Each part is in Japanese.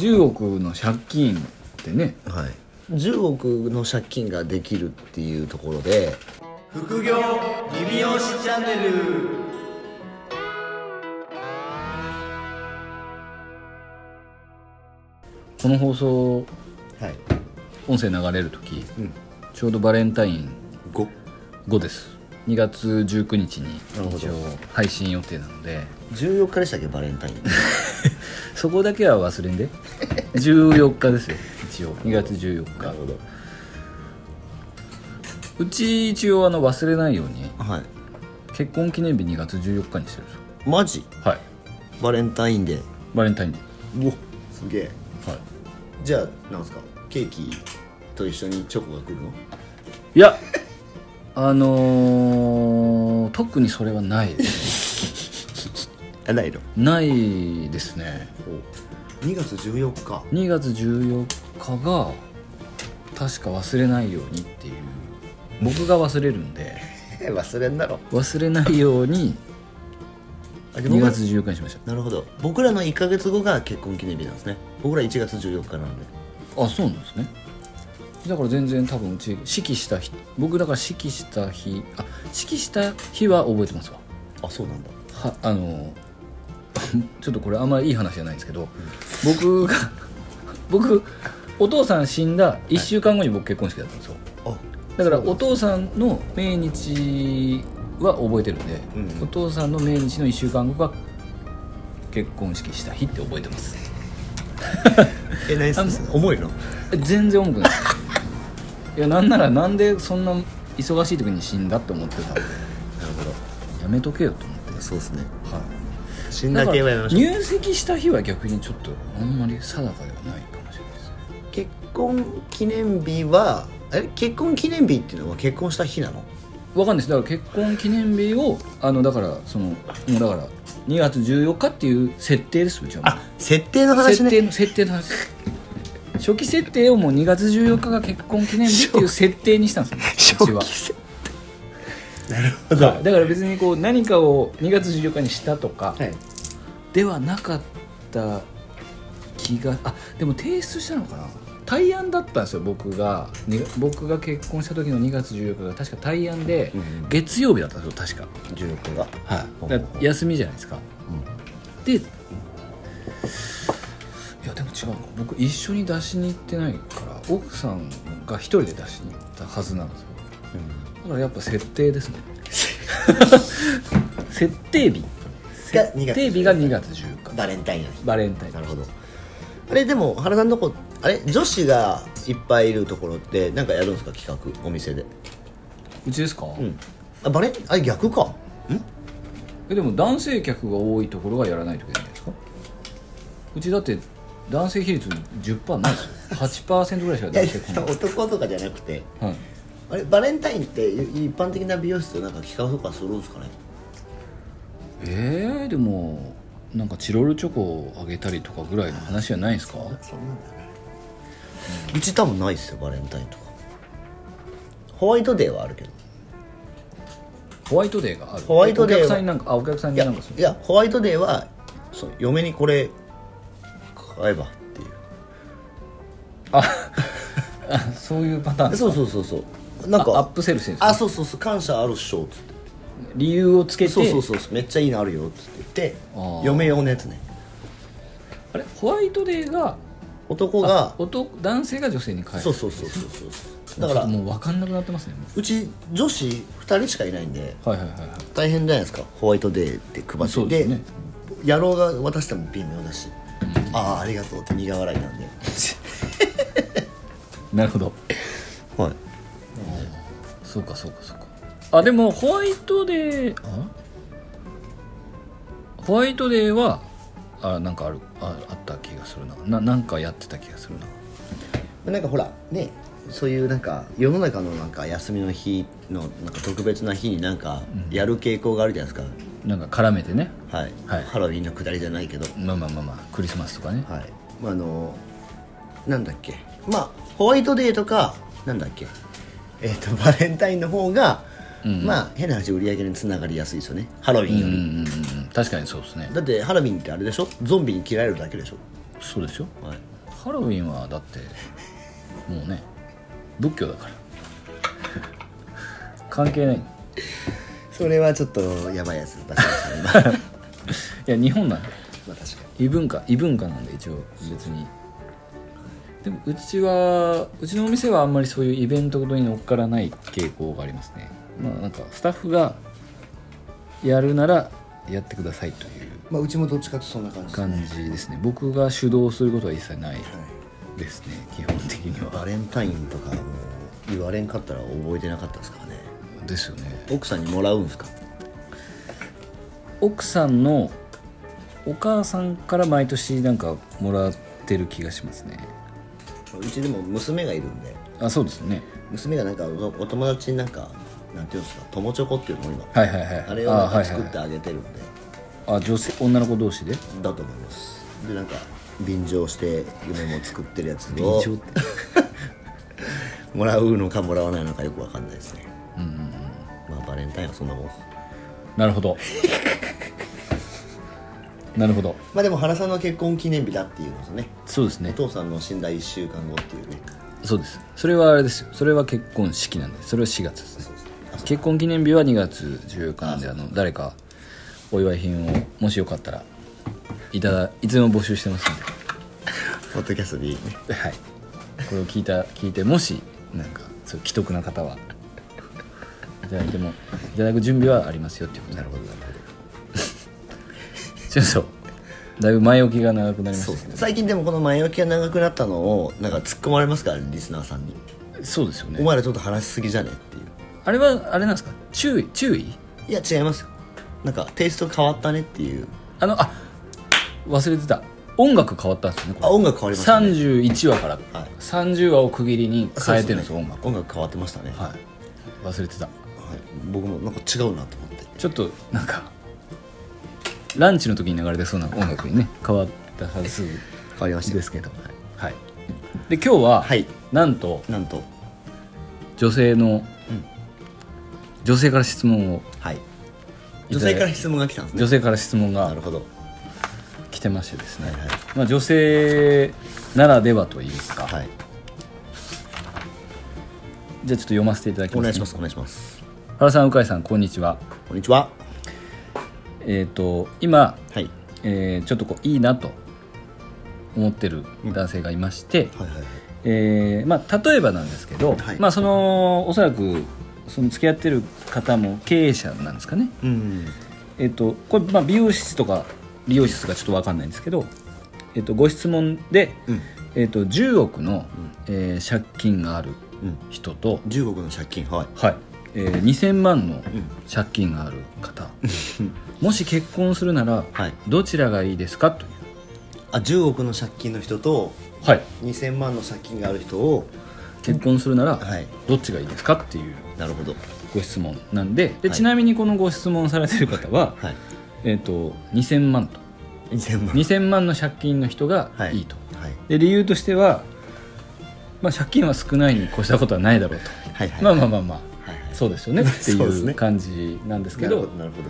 10億の借金ってねはい、10億の借金ができるっていうところで副業リビオシチャンネルこの放送はい音声流れる時、ちょうどバレンタイン5後です2月19日になるほど一応配信予定なので14日でしたっけバレンタイン そこだけは忘れ んで14日ですよ一応2月14日ほどうち一応あの忘れないようにはい結婚記念日2月14日にしてるんですよマジはいバレンタインでバレンタインデうわすげえーはいじゃあなんですかケーキと一緒にチョコが来るのいやあのー、特にそれはないですあないのねないですね2月14日2月14日が確か忘れないようにっていう僕が忘れるんでえ 忘れんだろ忘れないようにあで2も月14日にしましなるほど僕らの1か月後が結婚記念日なんですね僕ら1月14日なんでたあそうなんですねだから全然多分うち指揮した日僕だから指揮した日あ指揮した日は覚えてますわあそうなんだはあの ちょっとこれあんまりいい話じゃないんですけど、僕が僕お父さん死んだ1週間後に僕結婚式だったんですよあだからお父さんの命日は覚えてるんで、うんお父さんの命日の1週間後が結婚式した日って覚えてますえ何す重いのえ全然重くない いやなんならなんでそんな忙しい時に死んだって思ってたんでなるほやめとけよと思って、どそうですねはい、死んだ系はやめましょう入籍した日は逆にちょっとあんまり定かではないかもしれないです結婚記念日はえ結婚記念日っていうのは結婚した日なのわかんないですだから結婚記念日をあのだからそのもうだから2月14日っていう設定ですうちはもうあ設定の話設ね定の設定の話初期設定をもう2月14日が結婚記念日っていう設定にしたんですようちは設定なるほどはいだから別にこう何かを2月14日にしたとかはいではなかった気があでも提出したのかな対案だったんですよ僕がに僕が結婚した時の2月14日が確か対案でうんうん月曜日だったんですよ確か14日がはい、だから休みじゃないですか、でいやでも違うな僕一緒に出しに行ってないから奥さんが一人で出しに行ったはずなんですよだからやっぱ設定です ね設定日が2設月14日定日が2月14日バレンタインの日バレンタインなるほどあれでも原さんのとこあれ女子がいっぱいいるところってなんかやるんですか企画お店でうちですか、うんあバレンあれ逆かんえでも男性客が多いところがやらないといけないんじゃないですかうちだって男性比率10%ないですよ8%ぐらいしかいや男 性来いなやい男とかじゃなくてはいあれバレンタインってい一般的な美容室でなんか企画とかするんですかねえー、でもなんかチロルチョコをあげたりとかぐらいの話じゃないですかそんなんだねうち多分ないっすよバレンタインとかホワイトデーはあるけどホワイトデーがあるホワイトおデーは客さんになんかあお客さんいにやなんかするいやホワイトデーはそう嫁にこれ買えばっていうあそういうパターンえですそうそうそうそうなんかあアップセルしてるんですねあそうそうそう感謝あるっしょっつって理由をつけてそうそうそうそうめっちゃいいのあるよっつってあ言っーて嫁用のやつねあれホワイトデーが男が男男性が女性に変えるそうそうそうそうそうだだかかららもう分かんなくなってますねもうち女子2人しかいないんでうはいはいはいはい大変じゃないですかホワイトデーって配ってそうですねで野郎が渡しても微妙だし、ああありがとうって苦笑いなんでなるほどはいそうかそうかそうかあでもホワイトデーあホワイトデーはあなんかあるああった気がするなななんかやってた気がするななんかほらねそういうなんか世の中のなんか休みの日のなんか特別な日になんかやる傾向があるじゃないですか、なんか絡めてねはい、はいハロウィンのくだりじゃないけど、まあまあまあまあクリスマスとかねはいまあ、あのなんだっけまあホワイトデーとかなんだっけえっ、とバレンタインの方が、まあ変な話売り上げにつながりやすいですよねハロウィンより、うんうんうん確かにそうですねだってハロウィンってあれでしょゾンビに切られるだけでしょそうですよはい、ハロウィンはだってもうね仏教だから 関係ないいそれはちょっとやばいやつ出しましたねや日本なんで まあ確か異文化異文化なんで一応別にでもうちはうちのお店はあんまりそういうイベントごとに乗っからない傾向がありますねまあなんかスタッフがやるならやってくださいというにまあうちもどっちかとそんな感じです感ねじですね僕が主導することは一切ないはいですね基本的にはバレンタインとかもう言われんかったら覚えてなかったですからねですよね奥さんにもらうんすか奥さんのお母さんから毎年なんかもらってる気がしますねうちでも娘がいるんであそうですよね娘がなんかおお友達になんかなんていうんですか友チョコっていうのを今、はいはいはいあれをなんか作ってあげてるんで、あ女性女の子同士でだと思いますでなんか便乗して夢も作ってるやつ便を乗ってもらうのかもらわないのかよくわかんないですねうんうんうんまあバレンタインはそんなもんっすなるほどなるほどまあでも原さんの結婚記念日だっていうのですねそうですおね父さんの死んだ1週間後っていうねそうですそれはあれですよそれは結婚式なんでそれは4月ですねそうですねあそう結婚記念日は2月14日なんであの誰かお祝い品をもしよかったらいただいつでも募集してますんでポッドキャストでいいねはい、これを聞いた聞いてもしなんかそういう既得な方はいただいてもいただく準備はありますよっていうことなるほどなるほどそうそうだいぶ前置きが長くなりましたけど最近でもこの前置きが長くなったのをなんか突っ込まれますからリスナーさんに、そうですよおね前らちょっと話しすぎじゃねっていうあれはあれなんですか注意注意いや違いますよなんかテイスト変わったねっていうあのあ忘れてた音楽変わったんですよねこあれ音楽変わりましたね31話からはい30話を区切りに変えてるんですよ、そう音楽音楽変わってましたね、はいはい忘れてた僕もなんか違うなと思ってちょっとなんかランチの時に流れてそうな音楽にね変わったはず変わりましたですけどはいで今日は、はいなんとなんと女性の、女性から質問をはいい女ただい性から質問が来たんですね女性から質問ながるほど来てましてですね、はいはいまあ、女性ならではといいますか、はいじゃあちょっと読ませていただきおます,、願いしますお願いします原さん鵜飼さんこんにちはこんにちはえっ、と今、はいえーちょっとこういいなと思ってる男性がいまして、はいはいはいえーまあ、例えばなんですけど、はいまあ、そのおそらくその付き合ってる方も経営者なんですかね、うんえっとこれまあ美容室とか美容室がちょっと分かんないんですけど、えっとご質問で、うんえっと10億の、えー借金があるうん人と、 10億の借金はいはいえー2000万のん借金がある方、もし結婚するなら、はいどちらがいいですかという、あ10億の借金の人とはい、 2000万の借金がある人を結婚するなら、はいどっちがいいですかっていうなるほどご質問なんでで、はいちなみにこのご質問されてる方は、はいえっと2000万と2000万2000万の借金の人がはいいいと、はいで理由としては、まあ、借金は少ないに越したことはないだろうと、はいはいまあまあまあまあ、はいはいそうですよねって そうですいねう感じなんですけなどるほどなるほど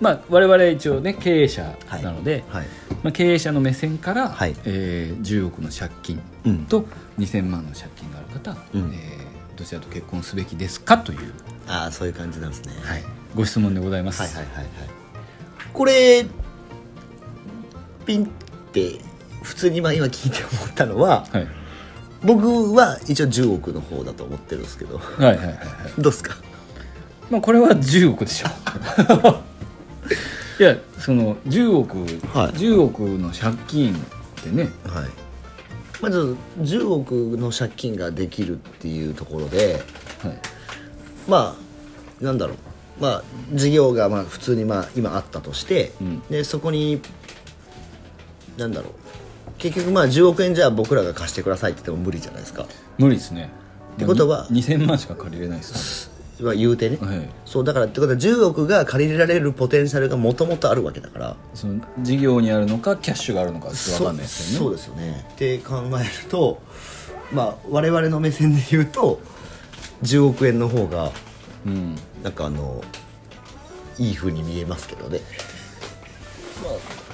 まあ、我々一応ね経営者なので、はいまあ、経営者の目線から、はいえー10億の借金うんと2000万の借金がある方、うんえーどちらと結婚すべきですかという、ああそういう感じなんですねはいご質問でございます。はいはいはいはいこれピンって普通にまあ今聞いて思ったのははい僕は一応10億の方だと思ってるんですけどはいはいはいはいどうっすかまあこれは10億で しょいやその10億、はい10億の借金ってねはいまず10億の借金ができるっていうところではいまあなんだろうまあ事業がまあ普通にまあ今あったとして、うんでそこになんだろう結局まあ10億円じゃあ僕らが貸してくださいって言っても無理じゃないですか、無理ですねてことはに2000万しか借りれないですまあ、言うてね、よはいそうだからってことは10億が借りられるポテンシャルがもともとあるわけだからその事業にあるのかキャッシュがあるのかちょっと分かんないですそようねですよねって考えるとまあ我々の目線で言うと10億円の方がうんなんかあのいい風に見えますけどね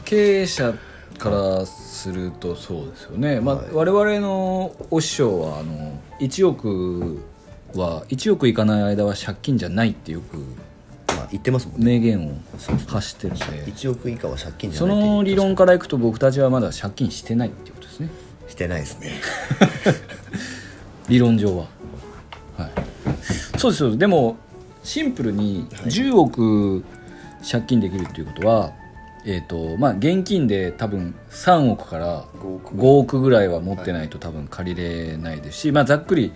経営者からするとそうですよね、まあはい我々のお師匠はあの1億は1億いかない間は借金じゃないってよくまあ、言ってますもんね名言を発してるんで1億以下は借金じゃそないっての理論からいくと僕たちはまだ借金してないっていうことですねしてないです ね理論上は、はい、そうですそうですでもシンプルに10億借金できるっていうことは、えーとまあ、現金で多分3億から5億5億ぐらいは持ってないと多分借りれないですし、まあ、ざっくり、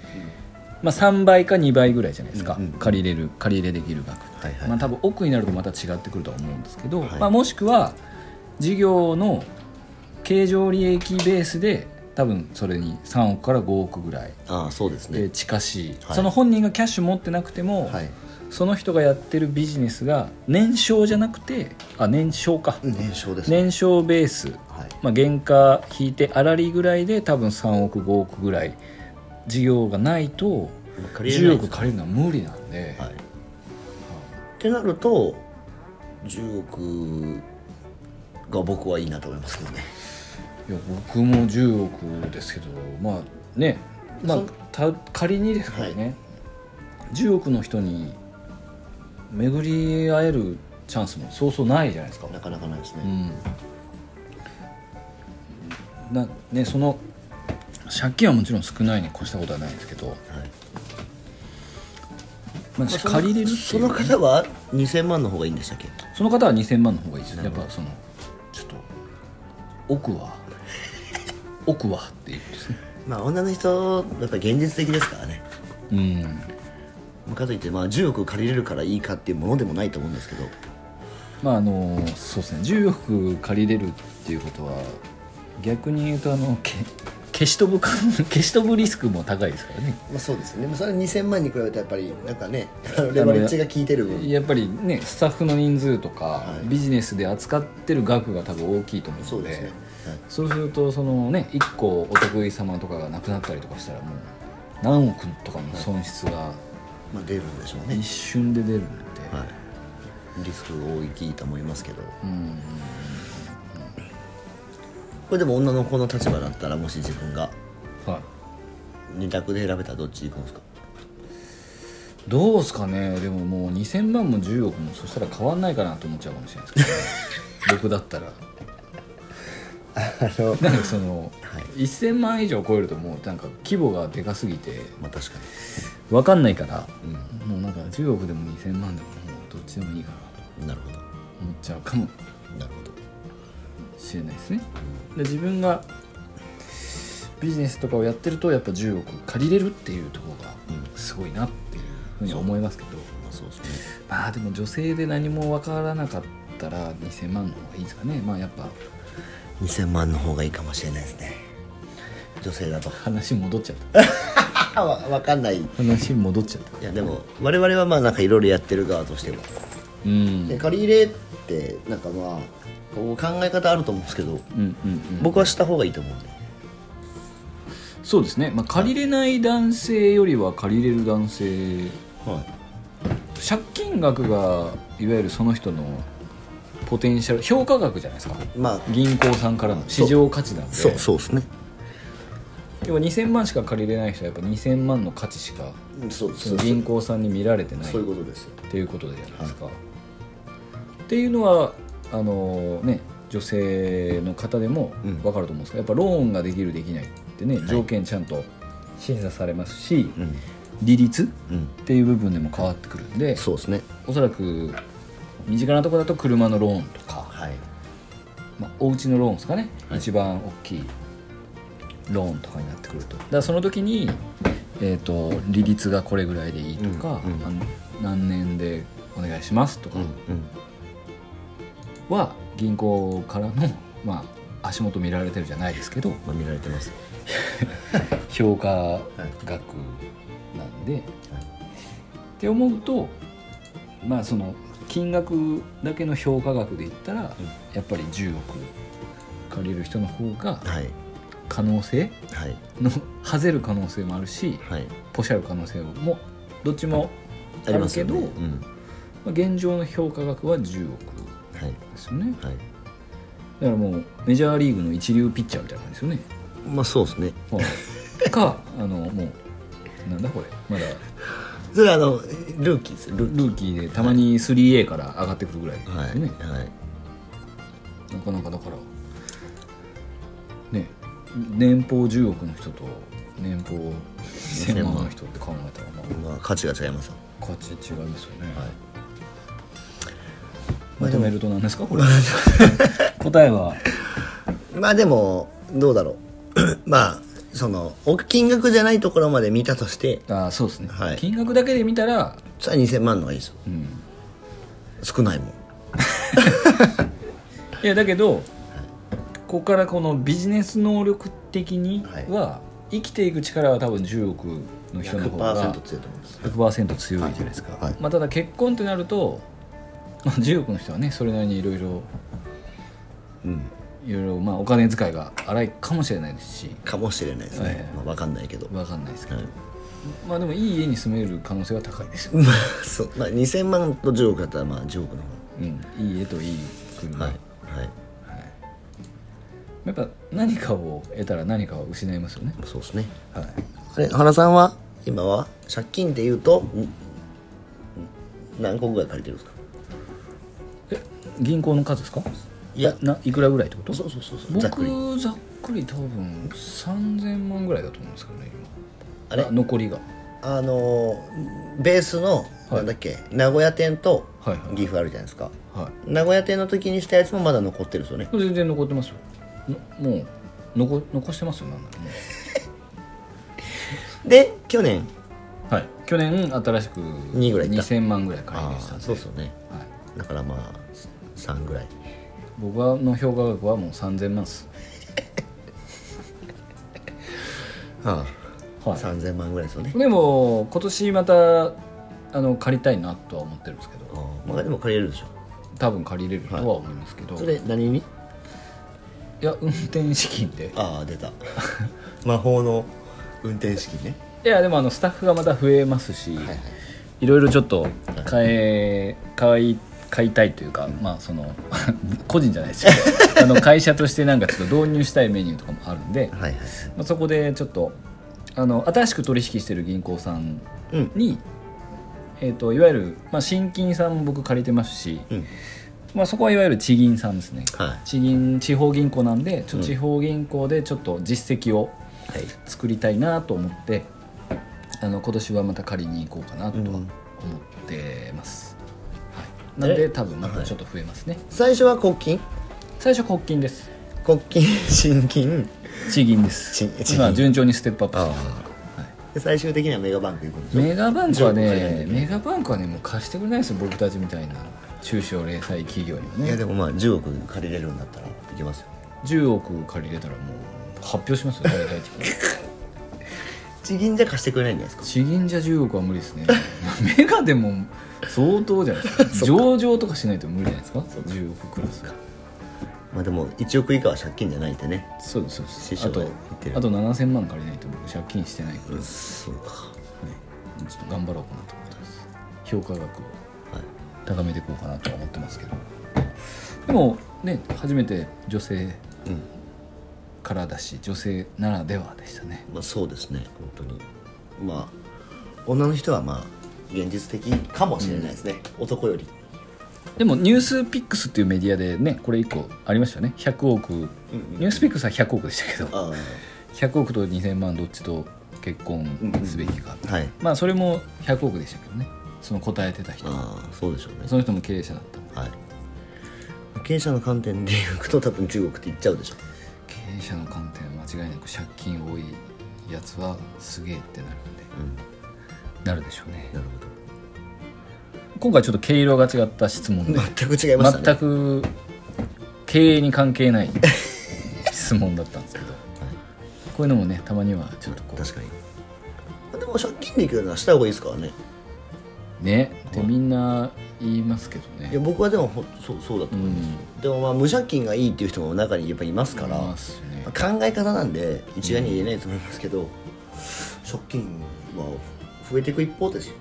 まあ、3倍か2倍ぐらいじゃないですか、うんうん借りれる借り入れできる額って、はいはいまあ、多分億になるとまた違ってくるとは思うんですけど、はいまあ、もしくは事業の経常利益ベースで多分それに3億から5億ぐらいああそうですでね近しい、はいその本人がキャッシュ持ってなくても、はいその人がやってるビジネスが年商じゃなくてあ年商か、年商ですね年商ベース、はいまあ、原価引いてあらりぐらいで多分3億5億ぐらい事業がないとまあ借りれな10い億借りるのは無理なんで、はい、ってなると10億が僕はいいなと思いますけどねいや僕も10億ですけどまあね、まあたそ、仮にですからね、10億の人に巡り会えるチャンスもそうそうないじゃないですか。なかなかないですうね、んなね、その借金はもちろん少ないに越したことはないですけど、はいまあ、まあその借りれるっていうその方は2000万の方がいいんでしたっけその方は2000万の方がいいですよやっぱそのちょっと奥は奥はっていうことですねまあ女の人やっぱり現実的ですからねうんかといってまあ10億借りれるからいいかっていうものでもないと思うんですけどまああのそうですね10億借りれるっていうことは逆に言うとあのけ消し飛ぶ可能 消し飛ぶリスクも高いですからねまあそうですね、まあ、それは2000万に比べてやっぱりなんかねレバレッジが効いてるやっぱりねスタッフの人数とか、いビジネスで扱ってる額が多分大きいと思うのでそうですね、そうするとそのね1個お得意様とかがなくなったりとかしたらもう何億とかの損失がまあ出るんでしょうね一瞬で出るんで、はいリスク大きいと思いますけどこうんれでも女の子の立場だったらもし自分がはい二択で選べたらどっち行くんですかどうですかねでももう2000万も10億もそしたら変わんないかなと思っちゃうかもしれない ですけど僕だったらあのなんかその、はい1000万以上超えるともうなんか規模がでかすぎてまあ確か分かんないから、にもうなんか10億でも2000万でももうどっちでもいいかなとうんなるほど思っちゃうかもなるほどしれないですねで自分がビジネスとかをやってるとやっぱ10億借りれるっていうところがすごいなっていうふうに思いますけど、まあそうですねまあでも女性で何も分からなかったら2000万の方がいいですかねまあやっぱ2000万の方がいいかもしれないですね女性だと話戻っちゃった わわかんないい話戻っちゃったやでも我々はまあなんかいろいろやってる側としてはうんうんで借り入れってなんかまあこう考え方あると思うんですけどうんうん僕はした方がいいと思うんでそうですね、まあ、借りれない男性よりは借りれる男性はい借金額がいわゆるその人のポテンシャル評価額じゃないですかまあ銀行さんからの市場価値なんでそうそうですね要は2000万しか借りれない人はやっぱ2000万の価値しかうんそうそそうの銀行さんに見られてないそういうことですよっていうことじゃないですか。っていうのはあの、ね、女性の方でもうん分かると思うんですけど、やっぱローンができるできないってね条件ちゃんと審査されますし、うん利率っうんていう部分でも変わってくるんでそうですねおそらく身近なところだと車のローンとか、はいまあ、お家のローンですかね、はい一番大きいローンとかになってくるとだからその時に、えー、と利率がこれぐらいでいいとか、うんうんあの何年でお願いしますとか、うんは銀行からの、まあ、足元見られてるじゃないですけどまあ見られてます評価額なんで、って思うとまあその金額だけの評価額で言ったら、やっぱり10億借りる人の方がはい可能性はいのハゼる可能性もあるしはいポシャる可能性もどっちもあありるますけよど、ねまうんあ現状の評価額は10億はいですよね。はいだからもうメジャーリーグの一流ピッチャーみたいな感じですよねまあそうですねはいかあのもうなんだこれまだそれあのルーキーですルールルーキーでたまに 3A から上がってくるぐらいでキーはすい、ね、はい、なかなかだからね年俸10億の人と年俸1000万の人って考えたらまあまあ価値が違います価値違いますよね、はいまとめると何ですか これ答えはまあでもどう だろうまあそのお金額じゃないところまで見たとしてあそうですね、はい金額だけで見たら、それは2000万の方がいいですようん、少ないもんいやだけど、ここからこのビジネス能力的には、生きていく力は多分10億の人の方が100%強いと思います100%強いじゃないですか、はいまあ、ただ結婚ってなると、 まあ、10億の人はねそれなりにいろいろうんいろいろまあお金遣いが荒いかもしれないですしかもしれないですね、はいはいまあ、分かんないけど、分かんないですけど、はいまあでもいい家に住める可能性は高いですよ、まあそうまあ、2000万と10億だったらまあ10億のうん、いい家といい車、方ははいい、はい、やっぱ何かを得たら何かを失いますよね、そうですねはい、あれ原さんは今は借金で言うとんん何個ぐらい借りてるんですか銀行の数ですかいやないくらぐらいってことそうそうそうそう僕ざざっくりっくり多分3000万ぐらいだと思うんですけどねあ今れ残りがあのーベースの、いなんだっけ名古屋店とはいはい岐阜あるじゃないですか、はい名古屋店の時にしたやつもまだ残ってるんですよねこれ全然残ってますよのもう残残してますよなんならもで去年うはい去年新しく二ぐらいいった2000万ぐらい買いましたあんでーそうですよねはい、だからまあ3ぐらい僕はの評価額はもう3000万っすはあ、は3000万ぐらいですよねいでも今年またあの借りたいなとは思ってるんですけあどーまあでも借りれるでしょ多分借りれるとは思いますけど、そい、れ何にや運転資金でああ出た 魔法の運転資金ねいやでもあのスタッフがまた増えますし、はいはいいろいろちょっと変え買い買いたいというか、まあその 個人じゃないですけどあ の会社としてなんかちょっと導入したいメニューとかもあるんで、まはいはいあ、そこでちょっとあの新しく取引してる銀行さんうんに、えー、といわゆる、まあ、新金さんも僕借りてますし、うんまあ、そこはいわゆる地銀さんですね、はい地銀地方銀行なんでちょっうんと地方銀行でちょっと実績をはい作りたいなと思ってあの今年はまた借りに行こうかなとは思ってます、はい、なんえで多分またちょっと増えますね、最初は国金最初国金です国金新金地銀 です地地銀今順調にステップアップしてますあで最終的にはメガバンク行くんでしょメガバンクは上場ねメガバンクはねもう貸してくれないですよ僕たちみたいな中小零細企業にはいやねでもまあ10億借りれるんだったらいけますよ10億借りれたらもう発表しますよ大々的に地銀じゃ貸してくれないんじゃないですか地銀じゃ10億は無理ですねメガでも相当じゃない ですか上場とかしないと無理じゃないですか10億クラスまあでも1億以下は借金じゃないってねそうですそうです師匠あとが言ってるあと7000万借りないと僕借金してないから、はいそうかちょっと頑張ろうかなと思ってます評価額を高めていこうかなとは思ってますけどでもね初めて女性うんからだし女性ならではでしたねまあそうですね本当にまあ女の人はまあ現実的かもしれないですね、男よりでも「ニュースピックスっていうメディアでねこれ1個ありましたよね100億、うんニュースピックスは100億でしたけどあ100億と2000万どっちと結婚すべきか、あはいまあそれも100億でしたけどねその答えてた人ああそうでしょうねその人も経営者だったはい経営者の観点で言うと多分中国って言っちゃうでしょ経営者の観点は間違いなく借金多いやつはすげえってなるんでうんなるでしょうねなる今回ちょっと毛色が違った質問ほで ど全く違いましたね全く経営に関係ない質問だったんですけどこういうのもねたまにはちょっとこ確かにでも借金できるのはした方がいいですからねうねってみんな言いますけどいやね僕はでもほんそうそうだと思います、でもまあ無借金がいいっていう人も中にやっぱいますから、いますねまあ考え方なんで一概に言えないと思いますけど、借金は増えていく一方ですよ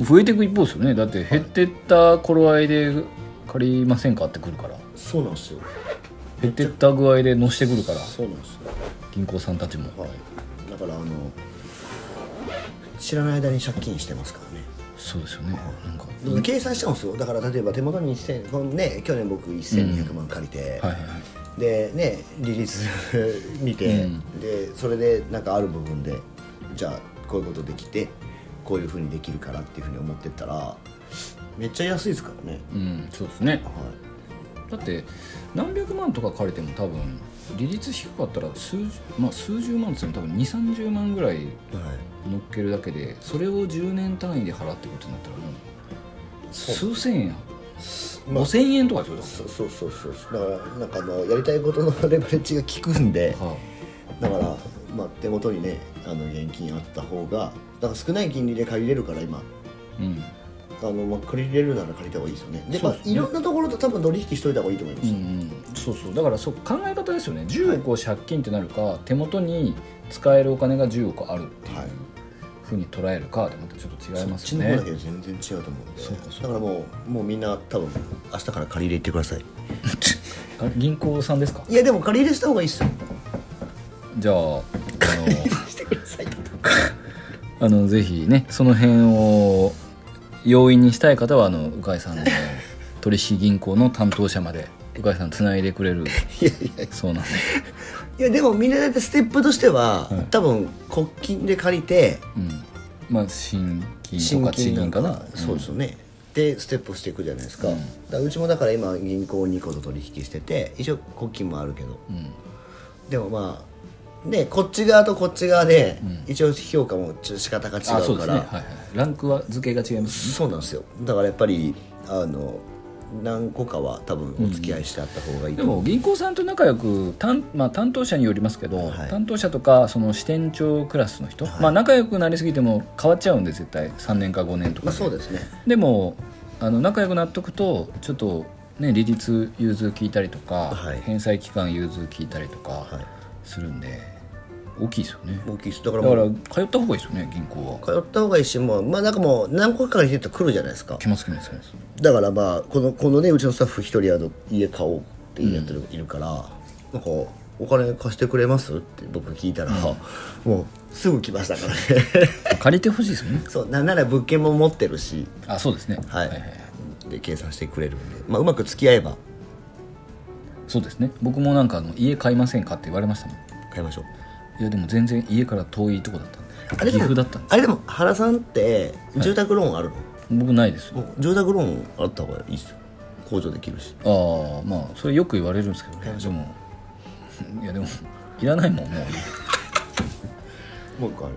増えていく一方ですよねだって減ってった頃合いで借りませんかってくるからそうなんですよ減ってった具合で乗してくるからそうなんですよ銀行さんたちもはいだからあの知らない間に借金してますからねそうですよねなんかだから計算しちゃうんですよだから例えば手元に1000このね去年僕1200万借りて、はいはいはいでねリリース 見て、うんでそれでなんかある部分でじゃあこういうことできてこういうふうにできるからっていうふうに思ってったらめっちゃ安いですからね、うんそうですねはだって何百万とか借りても多分利率低かったら数十,、まあ、数十万っつっても多分2三3 0万ぐらいい、はい、乗っけるだけでそれを10年単位で払ってことになったらもう数千円や、まあ5000円とかでしょだそそうそうそうそうだからなんかあのやりたいことのレバレッジが効くんでからはだから、まあ、手元にねあの現金あった方がだから少ない金利で借りれるから今あうんあの、まあ、借りれるなら借りた方がいいですよねでまあそうですねいろんなところと多分取引しといた方がいいと思いまうす、んうん、そうそうだからそう考え方ですよね10億を借金ってなるか、手元に使えるお金が10億あるっていうはいふうに捉えるかでまたちょっと違いそまっすちよのね方だけど全然違うと思うんでそうかそうかだからもうもうみんな多分明日から借り入れ行ってくださいあれ銀行さんですかいやでも借り入れした方がいいっすよじゃああの してくださいあのぜひねその辺を要因にしたい方はあの鵜飼さんの取引銀行の担当者まで鵜飼さんつないでくれるそうなんでいやでもみんなだってステップとしては、多分国金で借りてうんまあ新金とか地銀かなそうですよね、でステップしていくじゃないですか,、うだからうちもだから今銀行2個と取引してて一応国金もあるけど、んでもまあねこっち側とこっち側で、一応評価もちょっと仕方が違うからあそうですね、はいはい、ランクは付けが違いますそうなんですよだからやっぱりあの何個かは多分お付き合いしてあった方がいいでと思う、も銀行さんと仲良く担,、まあ、担当者によりますけど、はい担当者とかその支店長クラスの人、まあ、仲良くなりすぎても変わっちゃうんで絶対3年か5年とかまあ、でそうですねでもあの仲良くなっとくとちょっと、ね、利率融通聞いたりとか、はい返済期間融通聞いたりとかはいするんで、大きいですよね大きいですだだからかもらう通った方がいいですよね銀行は通った方がいいしもうまあなんかもう何個か借りてると来るじゃないですか気もつきますねだからまあこのこのねうちのスタッフ一人あの家買おうってやってる、いるからなんかお金貸してくれますって僕聞いたら、もうすぐ来ましたからね借りてほしいですよね そうなんなら物件も持ってるしあそうですねはい、で計算してくれるんで、まあ、うまく付き合えばそうですね僕もなんかあの家買いませんかって言われましたもん買いましょういやでも全然家から遠いとこだったんあでれ岐で阜もだったんであれでも原さんって住宅ローンあるの、僕ないですもう住宅ローンあった方がいいっすよ控除できるしああまあそれよく言われるんですけどねでも いやでもいらないもんももう一個ある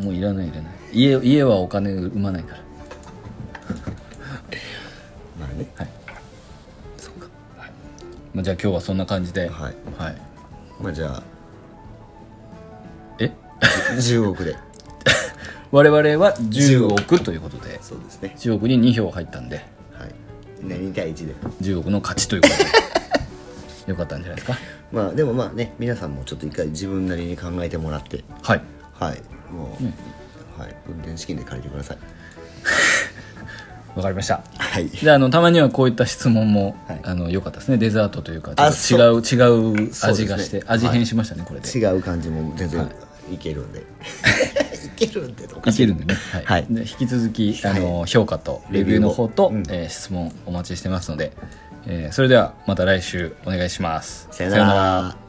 うもういらないいらない家家はお金生まないからまあねはいそうか、はいまあ、じゃあ今日はそんな感じでははいはい、まあじゃあえ10億で我々は10億ということで そうですね10億に2票入ったんではいね2対1で10億の勝ちということ でよかったんじゃないですかまあでもまあね皆さんもちょっと一回自分なりに考えてもらってはいはいもう、はい、運転資金で借りてくださいわかりましたはいであのたまにはこういった質問も、はいあの良かったですねデザートというかあちょっと違う違うそう味がして、そうですね味変しましたね、これで違う感じも全然いけるんで、 い、けるんでとかいけるんでね、はいはいで引き続きあの、評価とレビューの方と、レビューもえー質問お待ちしてますので、えーそれではまた来週お願いしますさよなら